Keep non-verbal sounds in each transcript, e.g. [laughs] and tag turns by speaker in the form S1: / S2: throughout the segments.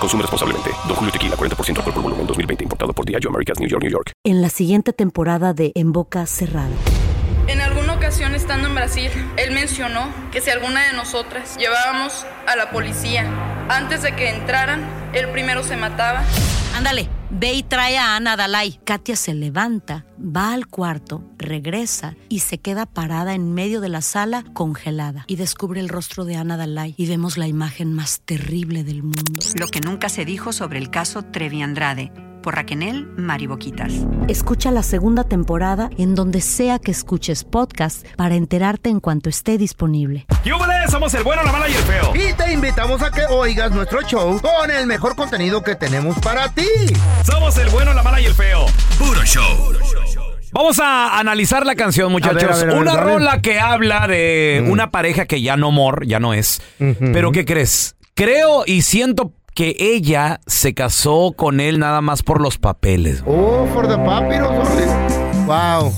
S1: Consume responsablemente. Don Julio Tequila, 40% alcohol por volumen, 2020. Importado por Diageo Americas, New York, New York.
S2: En la siguiente temporada de En Boca Cerrada.
S3: En alguna ocasión estando en Brasil, él mencionó que si alguna de nosotras llevábamos a la policía antes de que entraran, él primero se mataba.
S2: Ándale, ve y trae a Ana Dalai. Katia se levanta, va al cuarto, regresa y se queda parada en medio de la sala congelada. Y descubre el rostro de Ana Dalai y vemos la imagen más terrible del mundo.
S4: Lo que nunca se dijo sobre el caso Trevi Andrade. Por Raquenel Mariboquitas.
S2: Escucha la segunda temporada en donde sea que escuches podcast para enterarte en cuanto esté disponible.
S5: ¡Yúbales! Somos el bueno, la mala y el feo.
S6: Y te invitamos a que oigas nuestro show con el mejor contenido que tenemos para ti.
S5: Somos el bueno, la mala y el feo.
S7: Puro show.
S5: Vamos a analizar la canción, muchachos.
S7: A ver, a ver, a ver,
S5: una
S7: a ver.
S5: rola que habla de una pareja que ya no mor, ya no es. Pero ¿qué crees? Creo y siento que ella se casó con él nada más por los papeles.
S6: Oh, for the papyrus. Wow.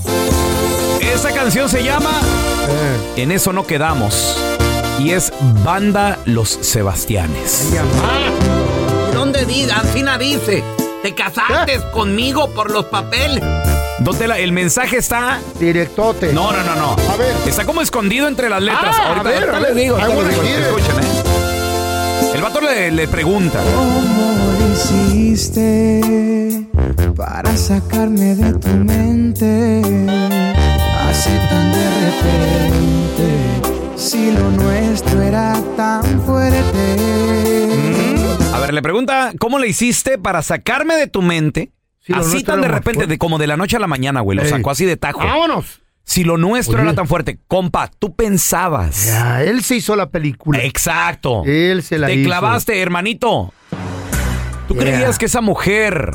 S5: Esa canción se llama En eso no quedamos. Y es Banda Los Sebastianes.
S7: ¿Dónde dice? Alcina dice. Te
S5: ¿Eh?
S7: casaste conmigo por los papeles.
S5: Donde el mensaje está.
S6: Directote.
S5: No, no, no, no.
S6: A ver.
S5: Está como escondido entre las letras.
S6: Ah, a
S5: ahorita
S6: ver,
S5: ahorita
S6: a ver.
S5: les digo. ahorita
S6: I wanna
S5: les digo.
S6: hear it.
S5: Escuchen, eh. El vato le, le pregunta.
S8: ¿Cómo lo hiciste para sacarme de tu mente? Así tan de repente, si lo nuestro era tan fuerte.
S5: A ver, le pregunta, ¿cómo le hiciste para sacarme de tu mente?
S8: Sí, lo
S5: así
S8: nuestro
S5: tan de
S8: era más
S5: repente,
S8: fuerte.
S5: de, como de la noche a la mañana, güey. Lo
S6: Ey.
S5: sacó así de tajo.
S6: Vámonos.
S5: Si lo nuestro
S6: Oye.
S5: era tan fuerte, compa, tú pensabas.
S6: Ya, él se hizo la película.
S5: Exacto.
S6: Él se la
S5: Te
S6: hizo.
S5: clavaste, hermanito. Tú
S6: Yeah.
S5: creías que esa mujer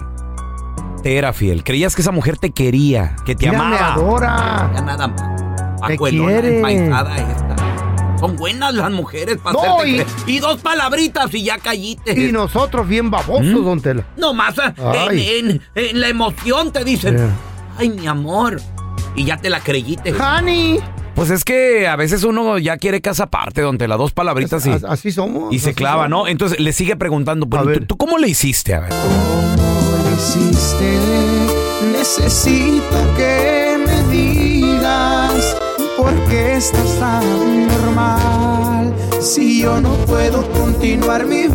S5: te era fiel. Creías que esa mujer te quería, que te
S6: Mira, me
S5: amaba. Pues,
S6: adora.
S7: Ya nada más.
S6: Te
S7: Acuelona,
S6: quiere.
S7: empaizada esta. Son buenas las mujeres para
S6: No,
S7: hacerte
S6: y-
S7: creer. y... dos palabritas y ya callite.
S6: Y nosotros bien babosos,
S5: ¿Mm?
S6: don Tela.
S7: Nomás ah,
S6: Ay.
S7: en, en- en la emoción te dicen,
S6: Yeah.
S7: ay, mi amor. Y ya te la creyiste.
S6: Honey.
S5: Pues es que a veces uno ya quiere casa aparte, donde las dos palabritas y,
S6: As- Así somos.
S5: y se
S6: así
S5: clava,
S6: somos.
S5: ¿no? Entonces le sigue preguntando, "Pero
S6: A
S5: ¿tú-
S6: ver.
S5: ¿tú cómo le hiciste? A ver.
S8: ¿Cómo lo hiciste? Necesito que me digas por qué estás tan normal si yo no puedo continuar mi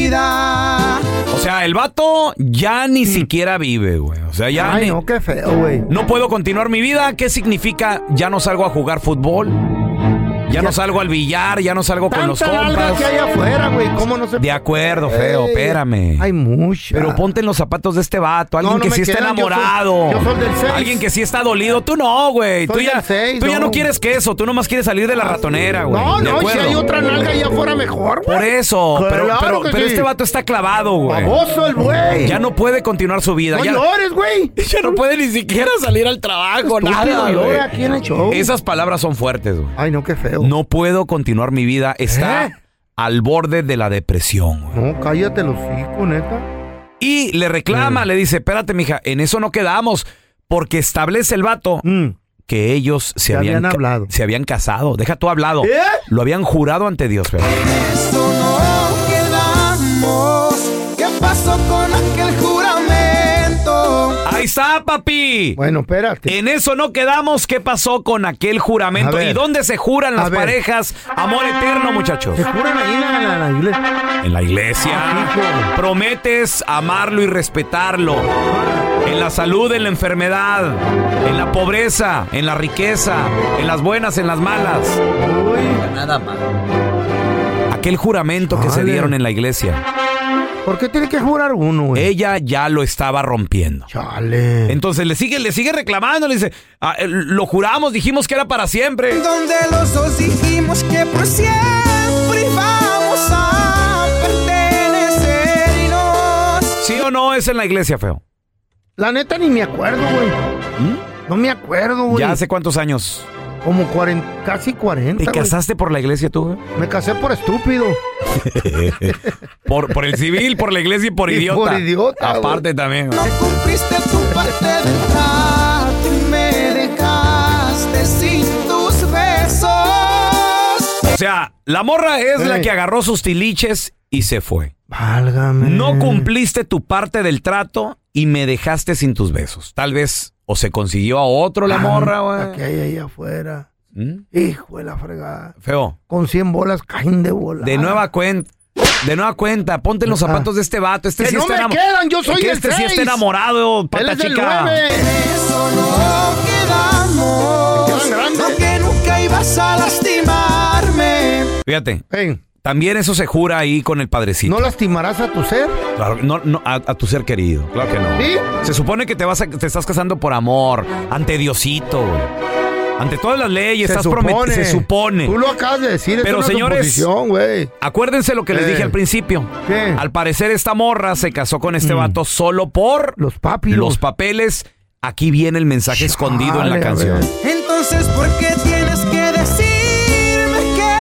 S8: vida.
S5: O sea, el vato ya ni siquiera vive, güey. O sea, ya
S6: Mm. Ay,
S5: ni-
S6: no, qué feo, güey.
S5: No puedo continuar mi vida. ¿Qué significa? Ya no salgo a jugar fútbol. Ya, no salgo al billar, ya no salgo con los
S6: Tanta nalga
S5: compas.
S6: que hay afuera, güey. ¿Cómo no se
S5: De acuerdo, feo,
S6: Ey,
S5: espérame.
S6: Hay mucho.
S5: Pero ponte en los zapatos de este vato, alguien
S6: no
S5: que
S6: me
S5: sí está
S6: quedan, yo soy-
S5: enamorado.
S6: yo soy del seis.
S5: Alguien que sí está dolido. Tú no, güey. Tú,
S6: Soy
S5: ya,
S6: del seis,
S5: tú ya no
S6: no. Ah,
S5: quieres que eso. Tú nomás quieres salir de la ratonera, güey.
S6: No,
S5: De
S6: no, y si
S5: acuerdo.
S6: hay otra nalga allá afuera mejor, güey.
S5: Por eso. pero-
S6: Claro
S5: pero
S6: que
S5: pero
S6: sí.
S5: este vato está clavado, güey.
S6: Baboso el güey.
S5: Ya no puede continuar su vida.
S6: No
S5: ya,
S6: llores, güey.
S5: [laughs] ya no puede ni siquiera salir al trabajo, nada,
S6: Estúpido,
S5: güey.
S6: llora aquí en el show.
S5: Esas palabras son fuertes, güey.
S6: Ay, no, qué feo.
S5: No puedo continuar mi vida. Está
S6: ¿Eh?
S5: al borde de la depresión, güey.
S6: No, cállate los hijos, neta.
S5: Y le reclama,
S6: Mm.
S5: le dice, espérate, mija, en eso no quedamos, porque establece el vato que ellos se,
S6: Mm. habían
S5: ca-
S6: hablado.
S5: Se habían casado. Deja tú hablado.
S6: ¿Eh?
S5: Lo habían jurado ante Dios, ¿verdad?
S8: quedamos? ¿Qué pasó con aquel juramento?
S5: Ahí está, papi.
S6: Bueno, espérate.
S5: En eso no quedamos. ¿Qué pasó con aquel
S6: A
S5: juramento?
S6: ver.
S5: ¿Y dónde se juran
S6: A
S5: las
S6: ver.
S5: parejas? Amor eterno, muchachos.
S6: Se juran ahí en la, en la iglesia. Ah,
S5: En la iglesia. Prometes amarlo y respetarlo. En la salud, en la enfermedad, en la pobreza, en la riqueza, en las buenas, en las malas.
S7: Nada más.
S5: Aquel juramento que se
S6: Chale.
S5: dieron en la iglesia.
S6: ¿Por qué tiene que jurar uno, güey?
S5: Ella ya lo estaba rompiendo.
S6: Chale.
S5: Entonces le sigue, le sigue reclamando, le dice, "Ah, eh, lo juramos, dijimos que era para siempre.
S8: Donde los dos dijimos que por siempre íbamos a pertenecer y nos...
S5: ¿Sí o no es en la iglesia,
S6: [laughs]
S5: feo?
S6: La neta ni me acuerdo, güey. No me acuerdo, güey.
S5: ¿Mm? ¿Ya hace cuántos años?
S6: Como 40, casi 40.
S5: ¿Te
S6: güey.
S5: casaste por la iglesia tú, güey?
S6: Me casé por estúpido.
S5: Por, por el civil, por la iglesia y por
S6: Y
S5: idiota.
S6: por idiota, güey.
S5: Aparte también. güey.
S8: Cumpliste tu parte del trato y me dejaste sin tus besos.
S5: O sea, la morra es la
S6: Ey.
S5: que agarró sus tiliches y se fue.
S6: Válgame.
S5: No cumpliste tu parte del trato y me dejaste sin tus besos. Tal vez o se consiguió a otro
S6: Ah.
S5: la morra,
S6: La que
S5: güey.
S6: hay ahí afuera.
S5: ¿Mm?
S6: Hijo de la fregada.
S5: Feo.
S6: Con 100 bolas caen de bola.
S5: De nueva cuenta. De nueva cuenta, ponte en los
S6: Ah.
S5: zapatos de este vato. Este
S6: Que
S5: sí
S6: no
S5: está
S6: me
S5: enamo-
S6: quedan, yo soy
S5: que
S6: del
S5: Este sí está
S6: seis.
S5: enamorado,
S6: Él
S5: pata
S6: es del
S5: chica.
S6: 9.
S8: Eso no quedamos.
S6: Te quedan grandes.
S8: Aunque nunca ibas a lastimarme.
S5: Fíjate, también eso se jura ahí con el padrecito.
S6: ¿No lastimarás a tu ser?
S5: Claro, no, no, a, a tu ser querido. Claro que no.
S6: ¿Sí?
S5: Se supone que te vas a- te estás casando por amor, ante Diosito, güey. ante todas las leyes, estás prometiendo. Se supone.
S6: Tú lo acabas de decir.
S5: Pero,
S6: es una
S5: señores,
S6: suposición, güey.
S5: Acuérdense lo que les
S6: Eh.
S5: dije al principio.
S6: ¿Qué? Mm.
S5: Al parecer esta morra se casó con este vato solo por
S6: Los papiros.
S5: los papeles. Aquí viene el mensaje escondido en la
S6: Chale, a
S5: canción.
S6: ver.
S8: Entonces, ¿por qué tienes que decirme que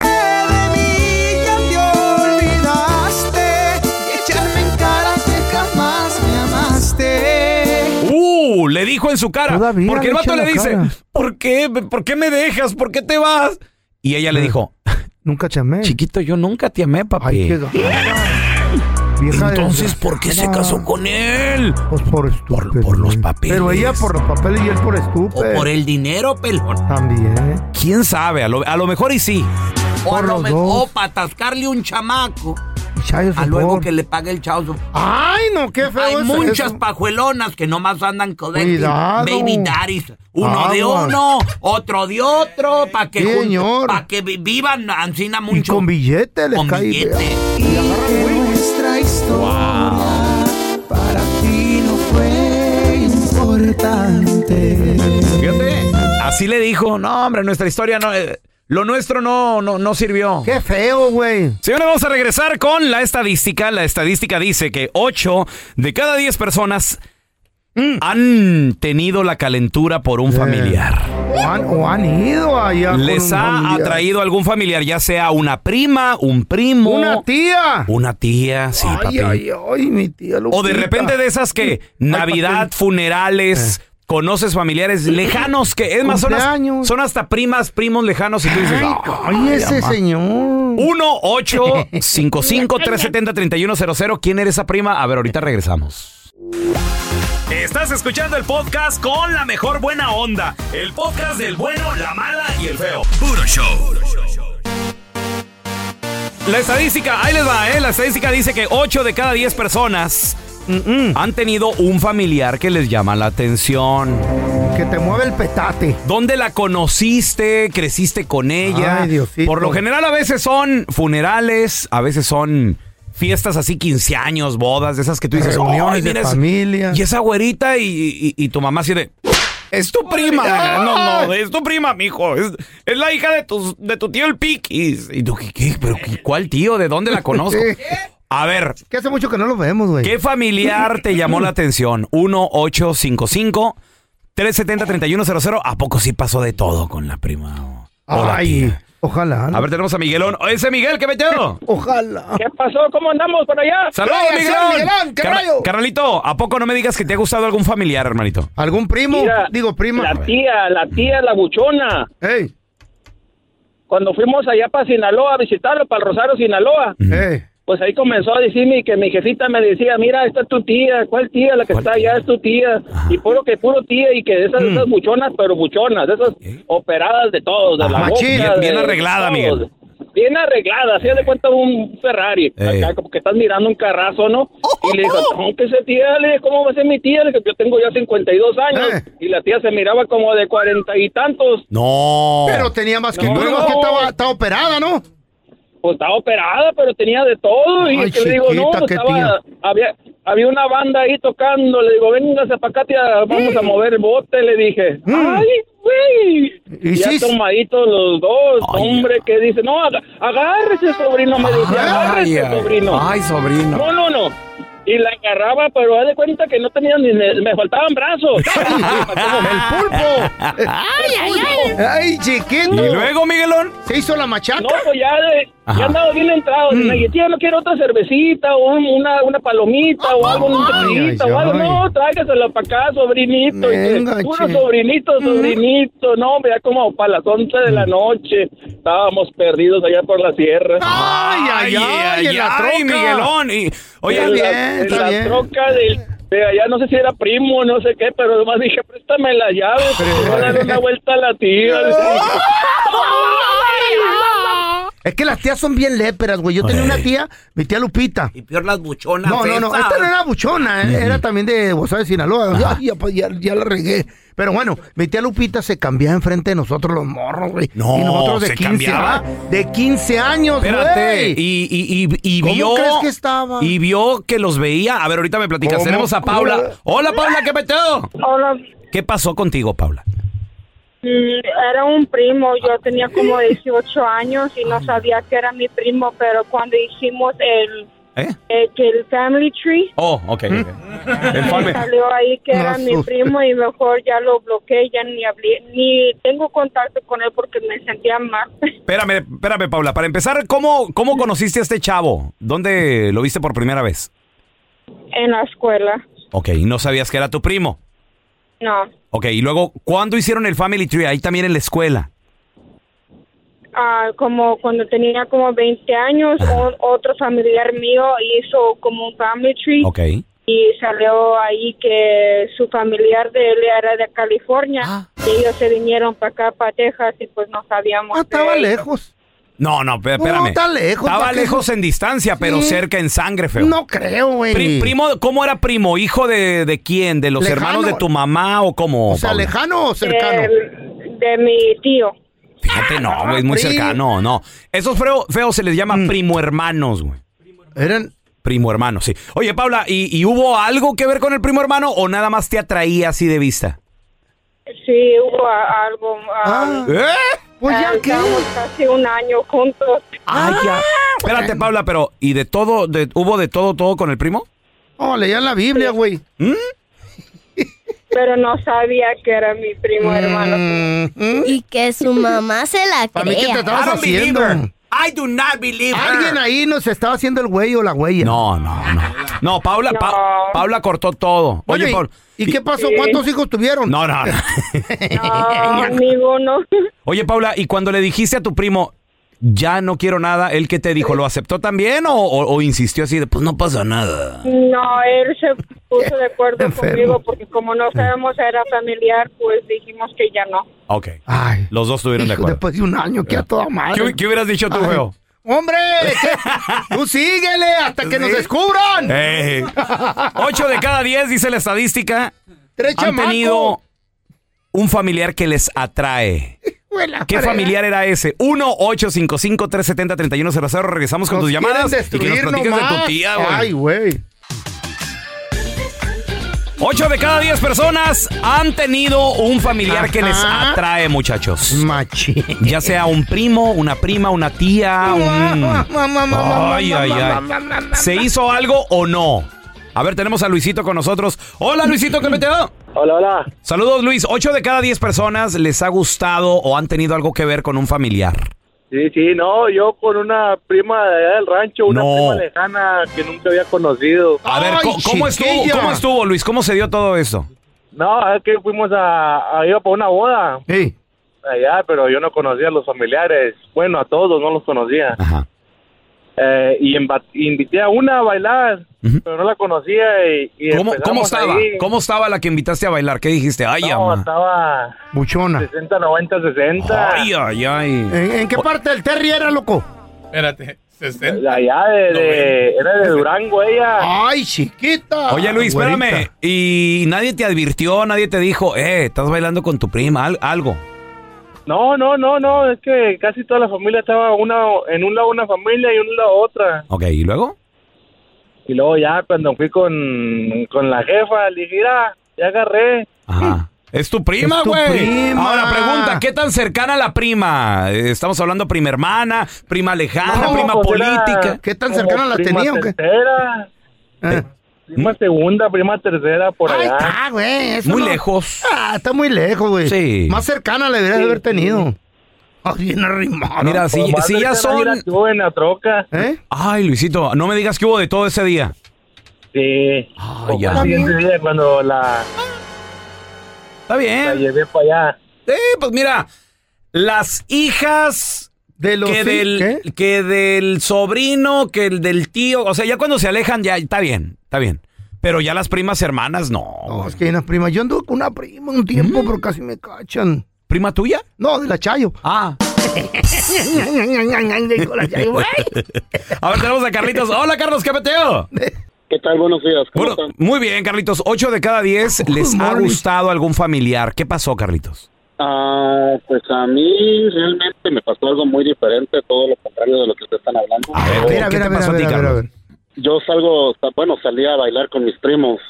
S8: de mí ya te olvidaste? Y echarme en cara que jamás me amaste.
S5: ¡Uh! Le dijo en su cara.
S6: Todavía
S5: porque el
S6: le
S5: vato
S6: echa
S5: le
S6: la
S5: dice,
S6: cara.
S5: ¿por qué? ¿Por qué me dejas? ¿Por qué te vas? Y ella le
S6: Eh,
S5: dijo,
S6: Nunca te amé.
S5: chiquito, yo nunca te amé, papi.
S6: Ay, qué Vieja
S5: Entonces, ¿por qué se casó con él?
S6: Pues por
S5: Por, por los papeles.
S6: Pero ella por los papeles y él por estúpido.
S7: O por el dinero, pelón.
S6: También.
S5: ¿Quién sabe? A lo, a lo mejor y sí.
S7: O, a
S6: Por
S7: lo
S6: los
S7: me-
S6: dos.
S7: o para atascarle un chamaco.
S6: Chayo,
S7: A luego que le pague el chauzo.
S6: Ay, no, qué feo
S7: Hay
S6: es
S7: muchas
S6: eso.
S7: pajuelonas que nomás andan con
S6: Cuidado.
S7: baby daddies. Uno de
S6: Aguas.
S7: uno, otro de otro, para que,
S6: Sí,
S7: jun-
S6: señor.
S7: pa' que vi- vivan ansina
S6: Y
S7: mucho.
S6: con billete les
S7: Con
S6: cae.
S7: billete.
S8: Nuestra historia para ti no fue importante.
S5: Fíjate. Así le dijo, no, hombre, nuestra historia no. eh, lo nuestro no, no, no sirvió.
S6: Qué feo, güey.
S5: Señores, vamos a regresar con la estadística. La estadística dice que 8 de cada 10 personas
S6: Mm.
S5: han tenido la calentura por un familiar.
S6: O han, o han ido allá. Eh, con
S5: Les
S6: un
S5: ha
S6: familiar.
S5: atraído algún familiar, ya sea una prima, un primo.
S6: Una tía.
S5: Una tía, sí,
S6: Ay,
S5: papi.
S6: ay, ay, mi tía Lupita.
S5: O de repente de esas
S6: [laughs]
S5: que Navidad, funerales, conoces familiares lejanos que es más son, hasta-
S6: Cumpleaños.
S5: son hasta primas, primos lejanos y tú dices, "Ah,
S6: Ay, ese señor.
S5: 1 8
S6: [laughs]
S5: 55 370 3100 ¿Quién eres esa prima? A ver, ahorita regresamos.
S9: Estás escuchando el podcast con la mejor buena onda. El podcast del bueno, la mala y el feo. Puro show.
S5: La estadística, ahí les va, ¿eh? La estadística dice que 8 de cada 10 personas han tenido un familiar que les llama la atención.
S6: Que te mueve el petate.
S5: ¿Dónde la conociste? ¿Creciste con ella?
S6: Ay, Diosito.
S5: Por lo general a veces son funerales, a veces son fiestas así, 15 años, bodas, de esas que tú dices,
S6: Reuniones
S5: "Ay,
S6: de
S5: mira esa-
S6: familia.
S5: Y esa güerita y, y- y tu mamá así de... Es tu prima. No, no, es tu prima, mijo. Es, es la hija de tu, de tu tío el Piquis. Y tú, ¿qué, qué? ¿Pero qué- cuál tío? ¿De dónde la conozco? A ver,
S6: Que hace mucho que no los vemos, güey.
S5: ¿Qué familiar te llamó la atención? 1855 370 3100. ¿A poco sí pasó de todo con la prima? o- o la
S6: Ay,
S5: tía?
S6: ojalá. ¿no?
S5: A ver, tenemos a Miguelón. Ese Miguel, ¿qué [laughs] metido?
S6: Ojalá.
S10: ¿Qué pasó? ¿Cómo andamos por allá?
S5: ¡Saludos,
S10: Gracias,
S5: Miguelón!
S10: Miguelón, ¿qué
S5: Carna-
S10: rayo?
S5: Carnalito, ¿a poco no me digas que te ha gustado algún familiar, hermanito?
S6: ¿Algún primo?
S10: Mira,
S6: Digo, prima.
S10: La tía, la tía, la buchona. Cuando fuimos allá para Sinaloa a visitarlo, para el Rosario, Sinaloa, pues ahí comenzó a decirme que mi jefita me decía, mira, esta es tu tía, ¿cuál tía? La que está allá es tu tía. Y puro que puro tía y que esas, esas buchonas, pero buchonas, esas operadas de todos, de la boca,
S5: Ah, machín. Bien-
S10: de-
S5: bien arreglada,
S10: de
S5: Miguel.
S10: todos. Bien arreglada, así de cuenta un Ferrari,
S5: Ey.
S10: acá como que estás mirando un carrazo, ¿no? Y le digo, no, que se tía, le dije, ¿cómo va a ser mi tía? Le dije, yo tengo ya 52 años y la tía se miraba como de cuarenta y tantos.
S5: No.
S6: Pero tenía más que
S10: No,
S6: nuevas
S10: no.
S6: que estaba, estaba operada, ¿no?
S10: Pues estaba operada, pero tenía de todo. Y
S6: Ay,
S10: que le digo, no,
S6: chiquita,
S10: pues,
S6: qué
S10: estaba, había, había una banda ahí tocando. Le digo, véngase para acá, tía, vamos a mover el bote. Le dije, ay, güey.
S6: Y
S10: Y ya
S6: sí, sí.
S10: tomaditos los dos. hombre, que dice, no, aga- agárrese, sobrino. Me dice,
S5: Ay,
S10: agárrese,
S5: ay.
S10: sobrino.
S5: Ay, sobrino.
S10: No, no, no. Y la agarraba, pero haz de cuenta que no tenía ni. Me faltaban brazos. ¡El pulpo!
S6: ¡Ay, ay, ay! ¡Ay, chiquito!
S10: ¿Y luego,
S5: Miguelón?
S6: ¿Se hizo la machaca? Mm.
S10: No, pues ya, de- ya andaba bien entrado. Y Me dije, tía, no quiero otra cervecita o un- una, una palomita o algo, un
S6: Ay,
S10: tequilita
S6: ay,
S10: o algo.
S6: ay.
S10: No, tráigasela para acá, sobrinito.
S6: Venga,
S10: y que, puro
S6: che.
S10: sobrinito, sobrinito. No, hombre, ya como para las 11 de
S6: Mm.
S10: la noche. Estábamos perdidos allá por la sierra.
S6: ¡Ay, ay, ay! en la troca.
S5: Miguelón! Y, oye,
S10: en
S5: bien,
S10: la, en
S5: está
S10: la
S5: bien.
S10: troca del... De allá no sé si era primo, no sé qué, pero además dije, préstame la llave, porque voy a dar una vuelta a la tía.
S6: Es que las tías son bien léperas, güey. Yo tenía una tía, mi tía Lupita.
S7: Y peor las buchonas.
S6: No, no, no.
S7: esas.
S5: este
S6: Esta no era buchona, eh, era también de Guasave, Sinaloa. Ay, ya, pa- ya, ya la regué. Pero bueno, mi tía Lupita se cambiaba enfrente de nosotros los morros, güey.
S5: No,
S6: y nosotros de
S5: ¿se
S6: 15,
S5: cambiaba?
S6: ¿ah? De 15 años, güey.
S5: Espérate, y, y, y, y
S6: ¿Cómo
S5: vio.
S6: crees que estaba?
S5: Y vio que los veía. A ver, ahorita me platicas.
S6: ¿Cómo?
S5: Tenemos a Paula. Hola, Paula, ¿qué metido?
S11: Hola,
S5: ¿Qué pasó contigo, Paula?
S11: mm, era un primo, yo tenía como 18 años y no sabía que era mi primo, pero cuando hicimos el,
S5: ¿Eh?
S11: eh, que el family tree,
S5: Oh, ok.
S6: ¿Mm?
S5: ok. El
S11: me
S5: farme.
S11: salió ahí que
S5: No
S11: era mi
S5: asustes.
S11: primo y mejor ya lo bloqueé, ya ni hablé, ni tengo contacto con él porque me sentía mal.
S5: Espérame, espérame, Paula. Para empezar, ¿cómo, ¿cómo conociste a este chavo? ¿Dónde lo viste por primera vez?
S11: en la escuela,
S5: Ok, y no sabías que era tu primo.
S11: no,
S5: Ok, y luego, ¿cuándo hicieron el Family Tree? Ahí también en la escuela.
S11: Ah, como cuando tenía como 20 años, o- otro familiar mío hizo como un family tree.
S5: Ok.
S11: y salió ahí que su familiar de él era de California
S6: Ah.
S11: y ellos se vinieron para acá, para Texas y pues no sabíamos. estaba
S6: Ah, lejos.
S5: No, no, pe-
S6: No,
S5: espérame.
S6: está lejos,
S5: Estaba
S6: ¿para qué?
S5: lejos en distancia, pero
S6: Sí.
S5: cerca en sangre, feo.
S6: No creo, güey.
S5: Pri- primo, ¿cómo era primo? ¿Hijo de, de quién? ¿De los
S6: Lejano.
S5: hermanos de tu mamá o cómo?
S6: O sea,
S5: Paula?
S6: lejano o cercano.
S11: De, mi tío.
S5: Fíjate, no, güey, es muy
S6: Pri-
S5: cercano, no. Esos feo- feos se les llama primo hermanos, güey.
S6: Mm. Eran.
S5: Primo hermano, sí. Oye, Paula, ¿y, y hubo algo que ver con el primo hermano o nada más te atraía así de vista?
S11: Sí, hubo a- algo. ah,
S6: Pues
S11: ya Estábamos casi un año juntos.
S5: Ay, ya. Espérate, Paula, pero ¿y de todo, de- hubo de todo, todo con el primo? ¿Mm?
S6: Oh, leían la Biblia, güey.
S11: pero no sabía que era mi primo
S6: Mm.
S11: hermano.
S12: Y que su mamá se la
S6: ¿Para mí qué te
S12: crea.
S6: estabas
S7: don't believe
S6: haciendo? Ah,
S7: I do not believe her.
S6: Alguien ahí nos estaba haciendo el güey ¿eh? o la huella.
S5: No, no, no. No, Paula, Pa- Paula cortó todo. Oye,
S6: Oye,
S5: Paul.
S6: ¿y qué pasó? ¿Cuántos hijos tuvieron?
S5: No, no,
S6: [laughs]
S5: no.
S11: No, ninguno.
S5: Oye, Paula, ¿y cuando le dijiste a tu primo, ya no quiero nada, él qué te dijo? ¿Lo aceptó también o, o- o insistió así de, pues no pasa nada?
S11: No, él se puso de acuerdo conmigo porque como no sabemos era familiar, pues dijimos que ya no.
S5: Ok. Los dos estuvieron de acuerdo.
S6: Después pues de un año, que a toda madre.
S5: ¿Qué, qué hubieras dicho tú,
S6: Ay.
S5: feo?
S6: ¡Hombre!
S5: [laughs]
S6: ¿qué? ¡Tú síguele hasta que nos descubran!
S5: Eh, Ocho de cada diez, dice la estadística,
S6: Tres
S5: han
S6: chamacos.
S5: tenido un familiar que les atrae.
S6: Huela,
S5: [laughs] ¿Qué
S6: pared.
S5: familiar era ese? 1-855-370-3100. Regresamos con
S6: Nos
S5: tus llamadas.
S6: quieren
S5: Y que nos
S6: destruir
S5: platiques de tu
S6: nomás.
S5: tía, güey.
S6: Ay, güey.
S5: 8 de cada 10 personas han tenido un familiar que les
S6: Ajá.
S5: atrae, muchachos. Ya sea un primo, una prima, una tía, un... Ay, ay, ay. ¿Se hizo algo o no? A ver, tenemos a Luisito con nosotros. Hola, Luisito, ¿qué me te da?
S13: Hola, hola.
S5: Saludos, Luis. 8 de cada 10 personas les ha gustado o han tenido algo que ver con un familiar.
S13: Sí, sí, no, yo con una prima de allá del rancho, una
S5: No.
S13: prima lejana que nunca había conocido.
S5: A ver, ¿cómo, cómo estuvo, ¿cómo estuvo, Luis? ¿Cómo se dio todo eso?
S13: No, es que fuimos a, a iba para una boda.
S6: Sí.
S13: Allá, pero yo no conocía a los familiares. Bueno, a todos no los conocía. Eh, y emba- invité a una a bailar, pero no la conocía y, y
S5: ¿Cómo,
S13: empezamos
S5: cómo estaba?
S13: ahí.
S5: ¿Cómo estaba la que invitaste a bailar? ¿Qué dijiste? Ay,
S13: No,
S5: ama.
S13: estaba
S6: Buchona.
S13: 60, 90, 60.
S5: Ay, ay, ay.
S6: ¿En, en qué parte del Terry era, loco?
S14: Espérate, 60.
S13: De allá, de, de- era de Durango ella.
S6: Ay, chiquita.
S5: Oye, Luis, espérame. ¿Y nadie te advirtió? ¿Nadie te dijo, eh, estás bailando con tu prima? al- algo.
S13: No, no, no, no, es que casi toda la familia estaba una en un lado una familia y en un lado otra.
S5: Ok, ¿y luego?
S13: Y luego ya cuando fui con, con la jefa, le dije, mira, ya agarré.
S5: Ajá. Es tu prima,
S13: Es tu
S5: güey.
S13: prima.
S5: Ahora pregunta, ¿qué tan cercana a la prima? Eh, Estamos hablando prima hermana, prima lejana,
S13: No,
S5: Ah, prima
S13: pues era
S5: política.
S13: como prima Tercera, prima segunda, prima tercera por allá.
S6: Ah, güey. eso
S13: Muy
S5: lejos.
S6: Ah, está muy lejos, güey.
S5: Sí.
S6: Más cercana la deberías
S13: Sí.
S6: haber tenido. [laughs] Ay, bien arrimado.
S5: Mira, si,
S6: Pues,
S5: si
S6: madre, ¿Eh?
S5: ya
S6: que
S5: son...
S6: nadie
S13: ¿Eh?
S5: Ay, Luisito, no me digas que hubo de todo ese día.
S13: Sí.
S5: Ay,
S13: Al
S5: ay.
S13: siguiente día, cuando la...
S5: Está bien. La
S13: llevé para allá.
S5: Eh, pues mira, las hijas
S6: de los
S5: que
S6: hij-
S5: del que del sobrino, que el del tío, o sea, ya cuando se alejan ya está bien, está bien. Pero ya las primas hermanas no.
S6: No, es que hay unas primas. Yo anduve con una prima un tiempo, pero casi me cachan.
S5: Mm. ¿Prima tuya?
S6: No, de la Chayo.
S5: Ah.
S6: Dijo la Chayo, güey.
S5: [laughs] A ver, tenemos a Carlitos. Hola, Carlos, ¿qué peteo?
S15: ¿Qué tal? Buenos días. ¿Cómo
S5: Bueno,
S15: están?
S5: muy bien, Carlitos. Ocho de cada diez les ha
S15: morning.
S5: gustado algún familiar. ¿Qué pasó, Carlitos?
S15: Ah, pues a mí realmente me pasó algo muy diferente, todo lo contrario de lo que ustedes están hablando.
S6: Mira, mira, mira,
S15: a ti,
S6: mira, mira, mira.
S15: Yo salgo, sa- bueno, salí a bailar con mis primos.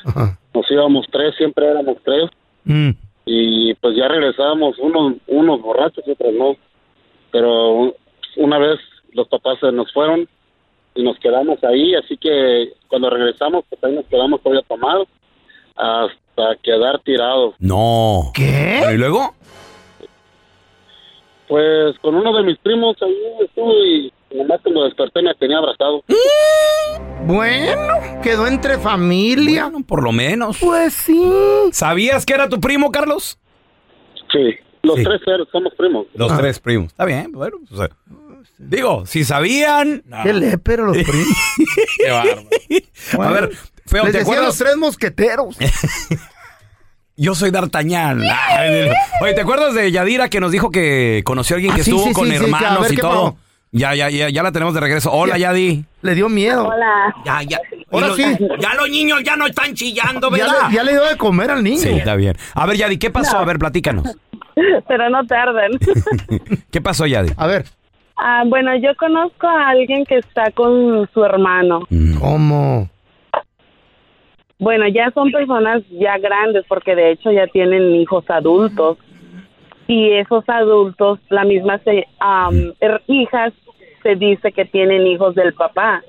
S15: Nos íbamos tres, siempre éramos tres.
S6: Mm.
S15: Y pues ya regresábamos unos, unos borrachos y otros no. Pero un- una vez los papás se nos fueron y nos quedamos ahí, así que cuando regresamos, pues ahí nos quedamos todavía tomados hasta quedar tirados.
S5: No.
S6: ¿Qué?
S5: ¿Y luego?
S15: Pues con uno de mis primos ahí estuve y nomás cuando desperté me tenía abrazado.
S6: Bueno, quedó entre familia.
S5: Por lo menos.
S6: Pues sí.
S5: ¿Sabías que era tu primo, Carlos?
S15: Sí. Los tres er- somos primos.
S5: Los
S6: Ah.
S5: tres primos. Está bien, bueno. o sea, digo, si sabían.
S6: Qué lépero los primos.
S5: [laughs] Qué bárbaro. A ver, feo,
S6: Les
S5: ¿te
S6: decía los
S5: acuerdas?
S6: tres mosqueteros.
S5: Yo soy D'Artagnan. Ay, Oye, ¿te acuerdas de Yadira que nos dijo que conoció a alguien que
S6: Ah, sí,
S5: estuvo
S6: sí,
S5: con
S6: sí, sí, que a
S5: hermanos
S6: ver
S5: y
S6: qué
S5: todo?
S6: pasó.
S5: Ya, ya, ya, ya la tenemos de regreso. Hola, Yadi.
S6: Le dio miedo.
S11: Hola.
S5: Ya, ya.
S6: Ahora
S5: Y los-
S6: sí.
S5: Ya los niños ya no están chillando,
S6: Ya
S5: ¿verdad?
S6: le, ya le dio de comer al niño.
S5: Sí, está bien. A ver, Yadi, ¿qué pasó?
S11: No.
S5: A ver, platícanos.
S11: [laughs] Pero no tardan. [laughs]
S5: ¿Qué pasó, Yadi?
S6: A ver.
S11: Ah, bueno, yo conozco a alguien que está con su hermano.
S5: Mm.
S6: ¿Cómo?
S11: Bueno, ya son personas ya grandes porque de hecho ya tienen hijos adultos y esos adultos, la misma se-
S5: Mm.
S11: am, her- hijas se dice que tienen hijos del papá.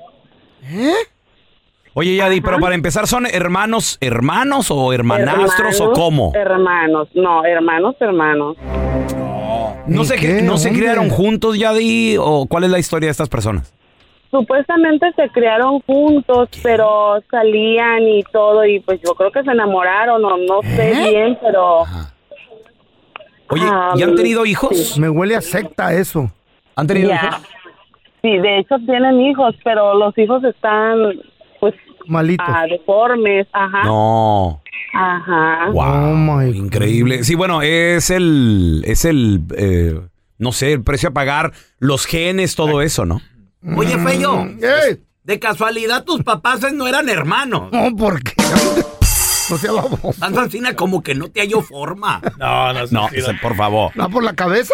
S5: Oye, Yadi, pero para empezar, ¿son hermanos, hermanos o hermanastros o cómo?
S16: Eh. Hermanos, no, hermanos, hermanos.
S5: ¿No se, cre- ¿no se
S16: ¿Dónde?
S5: criaron juntos, Yadi? ¿O cuál es la historia de estas personas?
S16: Supuestamente se criaron juntos, pero salían y todo, y pues yo creo que se enamoraron, o no
S5: ¿Eh?
S16: sé bien, pero...
S5: Oye,
S16: Ah,
S6: ¿y
S5: han tenido hijos?
S6: Me huele a secta eso.
S5: ¿Han
S6: tenido
S16: Ya.
S6: hijos?
S16: Sí, de hecho tienen hijos, pero los hijos están, pues...
S6: Malitos.
S16: ah, deformes, ajá.
S5: No.
S16: Ajá.
S5: Wow, increíble. Sí, bueno, es el, es el, eh, no sé, el precio a pagar, los genes, todo
S17: Ah.
S5: eso, ¿no?
S6: Mm.
S17: Oye, Feyo, de casualidad tus papás Ah, no eran hermanos.
S6: No, ¿por qué? No sea baboso.
S17: Tanto Alcina como que no te halló forma.
S5: [laughs] No, no, no, ese, por favor.
S6: ¿No por la cabeza?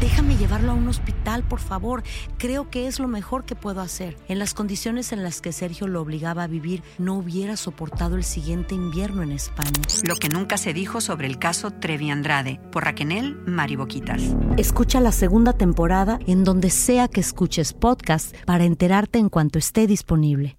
S2: Déjame llevarlo a un hospital, por favor. Creo que es lo mejor que puedo hacer. En las condiciones en las que Sergio lo obligaba a vivir, no hubiera soportado el siguiente invierno en España.
S4: Lo que nunca se dijo sobre el caso Trevi Andrade por Raquel Mariboquitas.
S2: Escucha la segunda temporada en donde sea que escuches podcast para enterarte en cuanto esté disponible.